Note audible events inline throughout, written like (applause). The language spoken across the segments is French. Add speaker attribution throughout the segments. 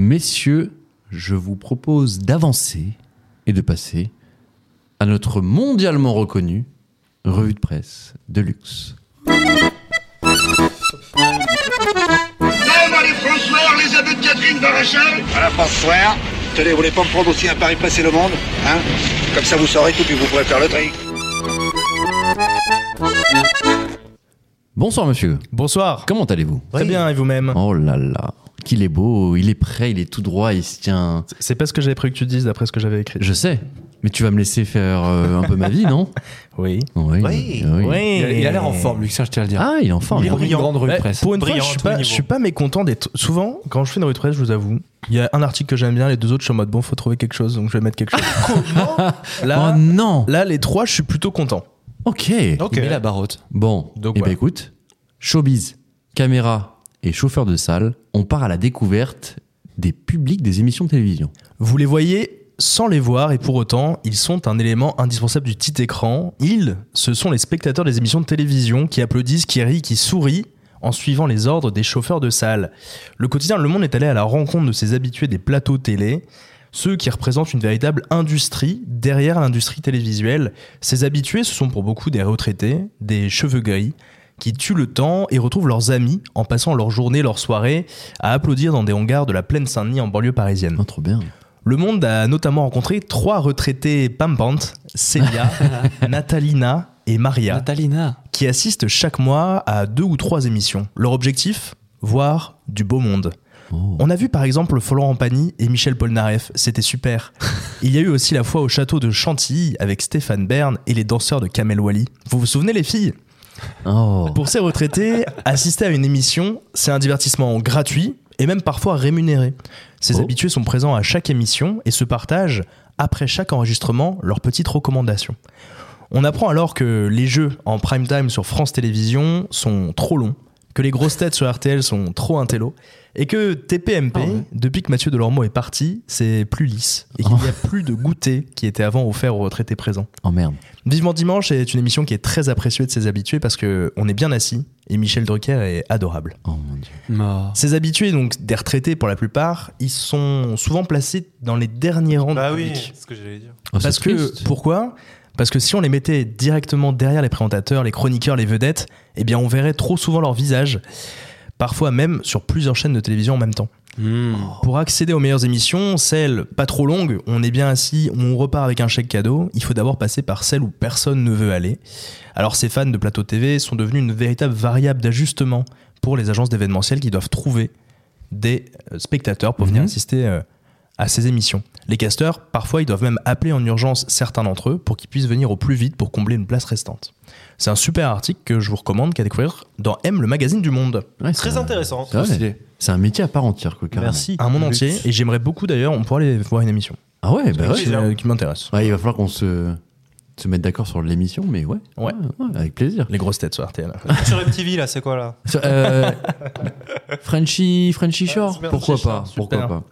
Speaker 1: Messieurs, je vous propose d'avancer et de passer à notre mondialement reconnue revue de presse de luxe.
Speaker 2: Même à les François, les abus de Catherine Barachal
Speaker 3: Voilà, bonsoir. Tenez, vous voulez pas me prendre aussi un pari passer le monde Hein Comme ça, vous saurez tout, puis vous pourrez faire le tri.
Speaker 1: Bonsoir monsieur,
Speaker 4: Bonsoir.
Speaker 1: comment allez-vous
Speaker 4: Très bien, et vous-même
Speaker 1: Oh là là, qu'il est beau, il est prêt, il est tout droit, il se tient.
Speaker 4: C'est pas ce que j'avais prévu que tu dises d'après ce que j'avais écrit.
Speaker 1: Je sais, mais tu vas me laisser faire euh, un peu ma vie, non
Speaker 4: Oui.
Speaker 1: oui,
Speaker 5: Oui,
Speaker 4: Oui.
Speaker 5: Il a- il a l'air en forme, Lucien, je tiens à le dire.
Speaker 1: Ah, il est en forme.
Speaker 5: il est brillant. Grande revue de
Speaker 4: Ouais,
Speaker 5: presse.
Speaker 4: Pour une fois,
Speaker 5: Brillant
Speaker 4: je suis,
Speaker 5: à tous les
Speaker 4: pas, je
Speaker 5: niveaux.
Speaker 4: suis pas mécontent d'être. Souvent, quand je fais une revue de presse, je vous avoue, il y a un article que j'aime bien, les deux autres, je suis en mode bon, faut trouver quelque chose, donc je vais mettre quelque chose. (laughs)
Speaker 1: Oh
Speaker 4: là,
Speaker 1: non
Speaker 4: là, les trois, je suis plutôt content.
Speaker 1: Ok.
Speaker 5: Il met la barotte.
Speaker 1: Bon,
Speaker 4: Donc
Speaker 1: eh ben,
Speaker 4: voilà.
Speaker 1: écoute, showbiz, caméra et chauffeur de salle, on part à la découverte des publics des émissions de télévision.
Speaker 4: Vous les voyez sans les voir et pour autant, ils sont un élément indispensable du petit écran. Ils, ce sont les spectateurs des émissions de télévision qui applaudissent, qui rient, qui sourient en suivant les ordres des chauffeurs de salle. Le quotidien Le Monde est allé à la rencontre de ces habitués des plateaux télé, ceux qui représentent une véritable industrie derrière l'industrie télévisuelle. Ces habitués, ce sont pour beaucoup des retraités, des cheveux gris, qui tuent le temps et retrouvent leurs amis en passant leur journée, leur soirée à applaudir dans des hangars de la plaine Saint-Denis en banlieue parisienne.
Speaker 1: Oh, trop bien.
Speaker 4: Le Monde a notamment rencontré trois retraités pampantes, Célia, Natalina et
Speaker 5: Ah.
Speaker 4: Maria,
Speaker 5: Natalina.
Speaker 4: qui assistent chaque mois à deux ou trois émissions. Leur objectif Voir du beau monde.
Speaker 1: Oh.
Speaker 4: On a vu par exemple Florent Pagny et Michel Polnareff, c'était super. Il y a eu aussi la fois au château de Chantilly avec Stéphane Bern et les danseurs de Kamel Wally. Vous vous souvenez les filles
Speaker 1: Oh.
Speaker 4: pour ces retraités, assister à une émission, c'est un divertissement gratuit et même parfois rémunéré. Ces
Speaker 1: Oh.
Speaker 4: habitués sont présents à chaque émission et se partagent, après chaque enregistrement, leurs petites recommandations. On apprend alors que les jeux en prime time sur France Télévisions sont trop longs, que les grosses têtes sur RTL sont trop intello, et que TPMP,
Speaker 5: Ah ouais.
Speaker 4: depuis que Mathieu Delormeau est parti, c'est plus lisse, et qu'il n'y a
Speaker 5: Oh.
Speaker 4: plus de goûter qui était avant offert aux retraités présents.
Speaker 1: Oh merde.
Speaker 4: Vivement Dimanche est une émission qui est très appréciée de ses habitués parce que on est bien assis et Michel Drucker est adorable.
Speaker 1: Oh mon dieu.
Speaker 5: Non.
Speaker 4: Ses habitués, donc des retraités pour la plupart, ils sont souvent placés dans les derniers rangs
Speaker 6: Bah
Speaker 4: du
Speaker 6: oui,
Speaker 4: public.
Speaker 6: c'est ce que j'allais dire.
Speaker 1: Oh,
Speaker 4: Parce
Speaker 1: c'est
Speaker 4: que,
Speaker 1: triste.
Speaker 4: pourquoi Parce que si on les mettait directement derrière les présentateurs, les chroniqueurs, les vedettes, eh bien on verrait trop souvent leur visage, parfois même sur plusieurs chaînes de télévision en même temps.
Speaker 5: Hmm.
Speaker 4: Pour accéder aux meilleures émissions, celles pas trop longues, on est bien assis, on repart avec un chèque cadeau, il faut d'abord passer par celle où personne ne veut aller. Alors ces fans de plateau TV sont devenus une véritable variable d'ajustement pour les agences d'événementiel qui doivent trouver des euh, spectateurs pour venir
Speaker 1: Mhm.
Speaker 4: assister euh, à ces émissions. Les casteurs, parfois, ils doivent même appeler en urgence certains d'entre eux pour qu'ils puissent venir au plus vite pour combler une place restante. C'est un super article que je vous recommande qu'à découvrir dans M, le magazine du monde.
Speaker 1: Ouais, c'est
Speaker 6: Très
Speaker 1: un-
Speaker 6: intéressant.
Speaker 1: c'est vrai.
Speaker 5: stylé.
Speaker 1: C'est un métier à part entière, quoi, carrément.
Speaker 5: Merci.
Speaker 4: Un monde
Speaker 5: Luc.
Speaker 4: entier, et j'aimerais beaucoup d'ailleurs, on pourrait aller voir une émission.
Speaker 1: Ah ouais, bah ouais.
Speaker 4: qui, euh, qui m'intéresse.
Speaker 1: Ouais, il va falloir qu'on se, se mette d'accord sur l'émission, mais ouais.
Speaker 4: Ouais.
Speaker 1: ouais, avec plaisir.
Speaker 4: Les grosses têtes sur RTL.
Speaker 6: Sur MTV, là, c'est quoi, là (laughs)
Speaker 1: Euh, Frenchy, Frenchy Shore,
Speaker 6: Ah, super,
Speaker 1: pourquoi
Speaker 6: Frenchy
Speaker 1: pas,
Speaker 6: Shore,
Speaker 1: pourquoi
Speaker 4: super.
Speaker 1: pas.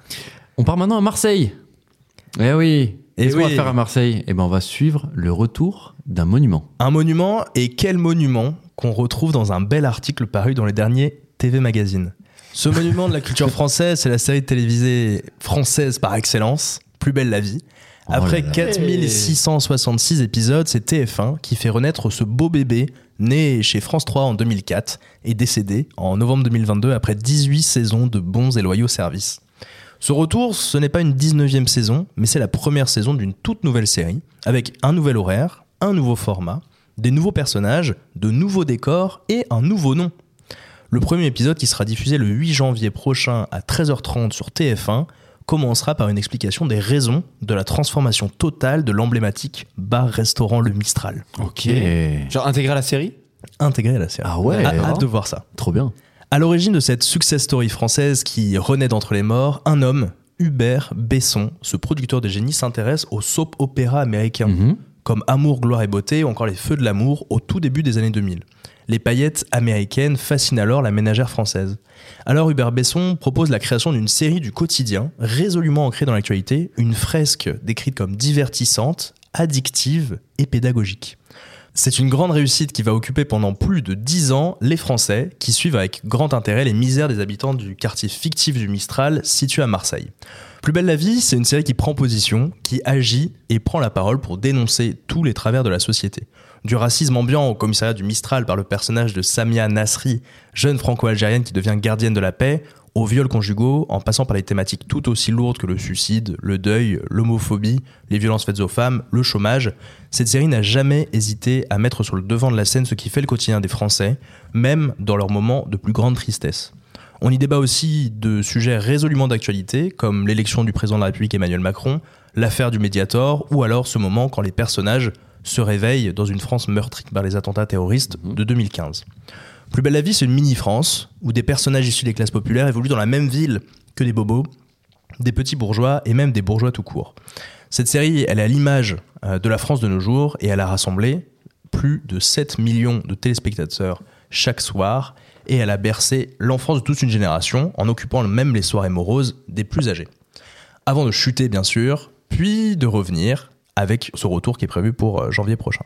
Speaker 1: On part maintenant à Marseille. Eh oui. Et
Speaker 4: Eh
Speaker 1: ce qu'on va
Speaker 4: oui.
Speaker 1: faire à Marseille, eh ben on va suivre le retour d'un monument.
Speaker 4: (laughs) Un monument, et quel monument qu'on retrouve dans un bel article paru dans les derniers TV Magazine. Ce monument de la culture française, c'est la série télévisée française par excellence, Plus belle la vie. Après
Speaker 1: Oh là là.
Speaker 4: 4666 épisodes, c'est TF1 qui fait renaître ce beau bébé né chez France 3 en 2004 et décédé en novembre 2022 après 18 saisons de bons et loyaux services. Ce retour, ce n'est pas une 19e saison, mais c'est la première saison d'une toute nouvelle série, avec un nouvel horaire, un nouveau format, des nouveaux personnages, de nouveaux décors et un nouveau nom. Le premier épisode, qui sera diffusé le 8 janvier prochain à 13h30 sur TF1, commencera par une explication des raisons de la transformation totale de l'emblématique bar-restaurant Le Mistral,
Speaker 1: Ok. Eh,
Speaker 5: Genre intégré à la série
Speaker 4: intégré à la série.
Speaker 1: Ah ouais.
Speaker 4: Ha- hâte de voir ça.
Speaker 1: Trop bien.
Speaker 4: À l'origine de cette success story française qui renaît d'entre les morts, un homme, Hubert Besson, ce producteur de génie, s'intéresse au soap opéra américain,
Speaker 1: Mhm.
Speaker 4: comme Amour, Gloire et Beauté ou encore Les Feux de l'amour au tout début des années 2000. Les paillettes américaines fascinent alors la ménagère française. Alors Hubert Besson propose la création d'une série du quotidien, résolument ancrée dans l'actualité, une fresque décrite comme divertissante, addictive et pédagogique. C'est une grande réussite qui va occuper pendant plus de 10 ans les Français, qui suivent avec grand intérêt les misères des habitants du quartier fictif du Mistral situé à Marseille. Plus belle la vie, c'est une série qui prend position, qui agit et prend la parole pour dénoncer tous les travers de la société. Du racisme ambiant au commissariat du Mistral par le personnage de Samia Nasri, jeune franco-algérienne qui devient gardienne de la paix, aux viols conjugaux, en passant par les thématiques tout aussi lourdes que le suicide, le deuil, l'homophobie, les violences faites aux femmes, le chômage, cette série n'a jamais hésité à mettre sur le devant de la scène ce qui fait le quotidien des Français, même dans leurs moments de plus grande tristesse. On y débat aussi de sujets résolument d'actualité, comme l'élection du président de la République Emmanuel Macron, l'affaire du Mediator, ou alors ce moment quand les personnages se réveillent dans une France meurtrie par les attentats terroristes de 2015. Plus belle la vie, c'est une mini-France où des personnages issus des classes populaires évoluent dans la même ville que des bobos, des petits bourgeois et même des bourgeois tout court. Cette série, elle est à l'image euh, de la France de nos jours et elle a rassemblé plus de 7 millions de téléspectateurs chaque soir et elle a bercé l'enfance de toute une génération en occupant même les soirées moroses des plus âgés. Avant de chuter, bien sûr, puis de revenir avec ce retour qui est prévu pour euh, janvier prochain.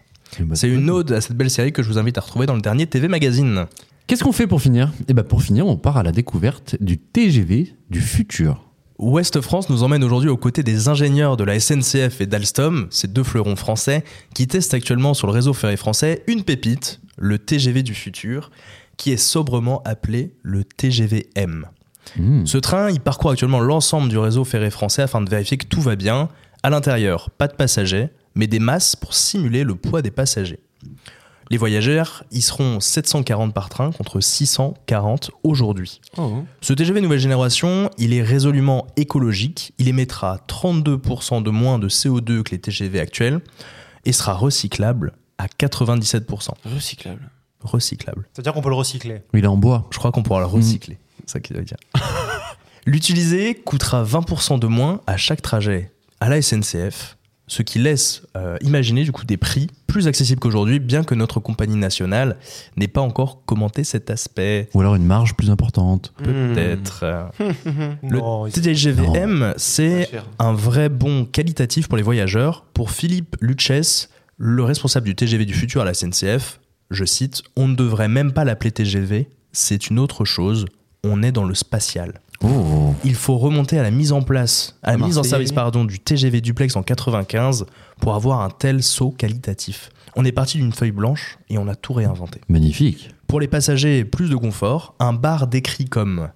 Speaker 4: C'est une ode à cette belle série que je vous invite à retrouver dans le dernier TV Magazine.
Speaker 1: Qu'est-ce qu'on fait pour finir Eh ben pour finir, on part à la découverte du TGV du futur.
Speaker 4: Ouest France nous emmène aujourd'hui aux côtés des ingénieurs de la SNCF et d'Alstom, ces deux fleurons français, qui testent actuellement sur le réseau ferré français une pépite, le TGV du futur, qui est sobrement appelé le TGVM.
Speaker 1: Mmh.
Speaker 4: Ce train, il parcourt actuellement l'ensemble du réseau ferré français afin de vérifier que tout va bien. À l'intérieur, pas de passagers, mais des masses pour simuler le poids des passagers. Les voyageurs y seront 740 par train contre 640 aujourd'hui. Ce TGV nouvelle génération, il est résolument écologique, il émettra 32% de moins de CO2 que les TGV actuels et sera recyclable à 97%.
Speaker 5: Recyclable.
Speaker 4: Recyclable.
Speaker 6: C'est-à-dire qu'on peut le recycler.
Speaker 1: Il est en bois.
Speaker 4: Je crois qu'on pourra le recycler. C'est ça qu'il doit dire. (laughs) L'utiliser coûtera 20% de moins à chaque trajet à la SNCF, ce qui laisse euh, imaginer du coup des prix plus accessibles qu'aujourd'hui, bien que notre compagnie nationale n'ait pas encore commenté cet aspect.
Speaker 1: Ou alors une marge plus importante.
Speaker 4: Peut-être. euh, Le
Speaker 6: Non, il-
Speaker 4: TGVM, c'est
Speaker 5: Pas cher.
Speaker 4: un vrai bon qualitatif pour les voyageurs. Pour Philippe Luches, le responsable du TGV du futur à la SNCF, je cite, On ne devrait même pas l'appeler TGV, c'est une autre chose, on est dans le spatial.
Speaker 1: Oh.
Speaker 4: Il faut remonter à la mise en place, à la mise en
Speaker 5: Marseille.
Speaker 4: service pardon, du TGV duplex en 95 pour avoir un tel saut qualitatif. On est parti d'une feuille blanche et on a tout réinventé.
Speaker 1: Magnifique.
Speaker 4: Pour les passagers, plus de confort, un bar décrit comme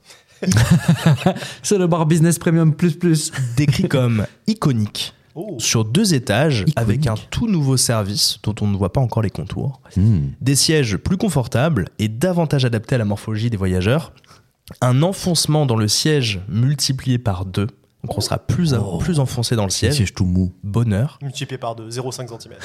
Speaker 1: C'est le bar business premium plus plus.
Speaker 4: décrit comme iconique
Speaker 6: Oh.
Speaker 4: sur deux étages
Speaker 1: Iconique.
Speaker 4: avec un tout nouveau service dont on ne voit pas encore les contours,
Speaker 1: Hmm.
Speaker 4: des sièges plus confortables et davantage adaptés à la morphologie des voyageurs, un enfoncement dans le siège multiplié par deux, donc on sera plus,
Speaker 1: Oh.
Speaker 4: av- plus enfoncé dans le
Speaker 1: Les
Speaker 4: siège,
Speaker 1: sièges tout mou.
Speaker 4: bonheur,
Speaker 6: Multiplié par 2, 0,5 cm.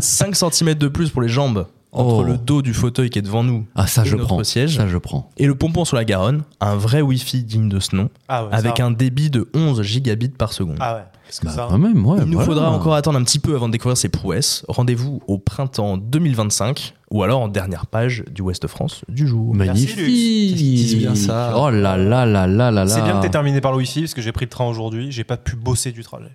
Speaker 4: 5 cm de plus pour les jambes entre
Speaker 1: Oh.
Speaker 4: le dos du fauteuil qui est devant nous
Speaker 1: Ah ça
Speaker 4: Et
Speaker 1: je
Speaker 4: notre
Speaker 1: prends.
Speaker 4: siège.
Speaker 1: Ça je prends.
Speaker 4: et le pompon sur la Garonne, un vrai Wi-Fi digne de ce nom,
Speaker 6: Ah ouais,
Speaker 4: avec
Speaker 6: ça.
Speaker 4: un débit de 11 gigabits par seconde.
Speaker 6: Ah ouais. Parce que
Speaker 1: Bah,
Speaker 6: ça.
Speaker 1: quand même, ouais.
Speaker 4: Il nous
Speaker 1: voilà.
Speaker 4: faudra encore attendre un petit peu avant de découvrir ses prouesses. Rendez-vous au printemps 2025 ou alors en dernière page du Ouest France du jour.
Speaker 1: Magnifique.
Speaker 6: Merci, Lux.
Speaker 5: Qu'est-ce qu'ils disent bien, ça
Speaker 1: Oh là là là là là là.
Speaker 6: C'est bien que t'aies terminé par le wifi parce que j'ai pris le train aujourd'hui, j'ai pas pu bosser du trajet.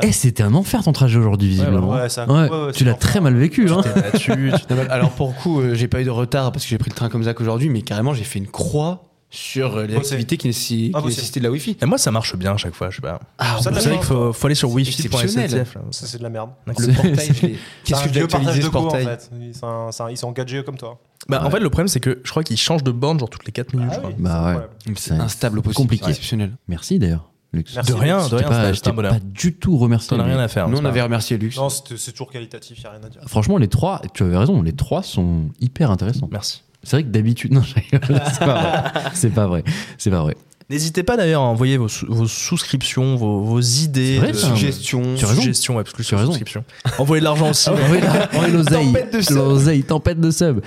Speaker 1: Eh, c'était un enfer ton trajet aujourd'hui visiblement.
Speaker 6: ouais, ça-
Speaker 1: Ouais,
Speaker 6: ouais, ouais,
Speaker 1: tu l'as
Speaker 6: c'est
Speaker 1: très mal vécu hein.
Speaker 5: Ah,
Speaker 4: T'es battu, tu-
Speaker 5: Non, mais alors pour le coup, euh, j'ai pas eu de retard parce que j'ai pris le train comme ça qu'aujourd'hui, mais carrément j'ai fait une croix sur euh, les
Speaker 6: Bosser.
Speaker 5: activités qui, nécessi-
Speaker 6: Ah,
Speaker 5: qui
Speaker 6: bosser.
Speaker 5: nécessitaient de la Wi-Fi.
Speaker 4: Et moi ça marche bien à chaque fois, je sais pas.
Speaker 5: Ah,
Speaker 6: Ça,
Speaker 5: on
Speaker 6: t'as
Speaker 4: C'est
Speaker 5: bossait.
Speaker 4: vrai
Speaker 6: bien.
Speaker 4: qu'il faut, faut aller sur
Speaker 5: C'est
Speaker 4: wifi.sf.
Speaker 5: exceptionnel.
Speaker 4: là.
Speaker 6: Ça, c'est de la merde.
Speaker 4: (laughs)
Speaker 5: le portail, je l'ai-
Speaker 6: C'est
Speaker 5: Qu'est-ce
Speaker 6: un
Speaker 5: que je l'ai
Speaker 6: vieux partage
Speaker 5: actualisé
Speaker 6: de
Speaker 5: ce
Speaker 6: cours en
Speaker 5: portail
Speaker 6: fait. Ils sont un- c'est un- ils sont 4G comme toi.
Speaker 4: Bah, En fait le problème c'est que je crois qu'il change de bande genre toutes les 4 minutes.
Speaker 6: Ah
Speaker 4: je crois.
Speaker 6: oui,
Speaker 1: Bah
Speaker 6: c'est un
Speaker 1: ouais.
Speaker 6: problème.
Speaker 5: C'est instable au possible.
Speaker 1: Compliqué.
Speaker 5: c'est Exceptionnel.
Speaker 1: Merci d'ailleurs. Lux.
Speaker 6: Merci.
Speaker 4: De rien, de
Speaker 1: J'étais
Speaker 4: rien,
Speaker 1: pas,
Speaker 4: c'est- c'est
Speaker 1: j'étais
Speaker 4: un
Speaker 1: pas
Speaker 4: bonheur.
Speaker 1: du tout remercié.
Speaker 4: T'en as
Speaker 1: mais-
Speaker 4: rien à faire.
Speaker 5: Nous,
Speaker 4: c'est
Speaker 5: on
Speaker 4: pas
Speaker 5: avait
Speaker 4: grave.
Speaker 5: remercié Lux.
Speaker 6: Non, c'est c'est toujours qualitatif, y a rien à dire.
Speaker 1: Franchement, les trois, tu avais raison, les trois sont hyper intéressants.
Speaker 4: Merci.
Speaker 1: C'est vrai que d'habitude, (laughs) non, je rigole, c'est pas vrai.
Speaker 6: (laughs)
Speaker 1: C'est pas vrai. C'est pas vrai.
Speaker 4: N'hésitez pas d'ailleurs à envoyer vos, sous- vos souscriptions, vos, vos idées,
Speaker 1: C'est vrai,
Speaker 4: de
Speaker 5: Euh,
Speaker 1: ça.
Speaker 4: suggestions,
Speaker 1: Tu as raison.
Speaker 4: suggestions, ouais, parce que
Speaker 1: Tu as raison. Ah
Speaker 4: subscriptions. Envoyez de l'argent aussi. mais-
Speaker 1: Oh, Oui, là, oui, l'oseille.
Speaker 5: Tempête de sub.
Speaker 1: L'oseille, tempête de sub.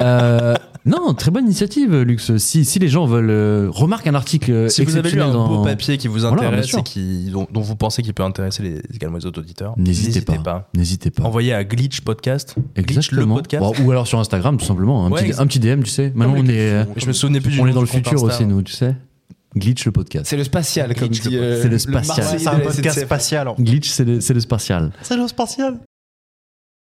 Speaker 1: Euh, non, très bonne initiative, Lux. Si, si les gens veulent. euh, remarque un article euh,
Speaker 4: Si vous avez lu
Speaker 1: exceptionnel
Speaker 4: un beau
Speaker 1: dans-
Speaker 4: papier qui vous
Speaker 1: Voilà, bien
Speaker 4: intéresse
Speaker 1: sûr.
Speaker 4: et qui, dont, dont vous pensez qu'il peut intéresser les, également les autres auditeurs,
Speaker 1: N'hésitez pas. N'hésitez pas.
Speaker 4: Envoyez à Glitch Podcast. Glitch le
Speaker 1: Exactement.
Speaker 4: podcast.
Speaker 1: Bon, ou alors sur Instagram, tout simplement. hein. Un,
Speaker 4: Ouais,
Speaker 1: petit,
Speaker 4: exact.
Speaker 1: un petit DM, tu sais. Maintenant,
Speaker 5: mais
Speaker 1: on
Speaker 5: Glitch,
Speaker 1: est, euh,
Speaker 5: on-
Speaker 4: Je me souvenais plus du
Speaker 1: on est
Speaker 4: nom
Speaker 1: dans le
Speaker 4: du compte
Speaker 1: futur
Speaker 4: Insta.
Speaker 1: aussi, nous, tu sais. Glitch le podcast.
Speaker 5: C'est le spatial, comme
Speaker 4: Glitch,
Speaker 5: dit.
Speaker 4: le-
Speaker 5: euh,
Speaker 1: c'est le spatial.
Speaker 5: Marseillais
Speaker 6: C'est un
Speaker 5: de la
Speaker 6: podcast
Speaker 5: SNCF.
Speaker 6: spatial.
Speaker 1: Glitch, c'est le, c'est le spatial.
Speaker 6: C'est un spatial.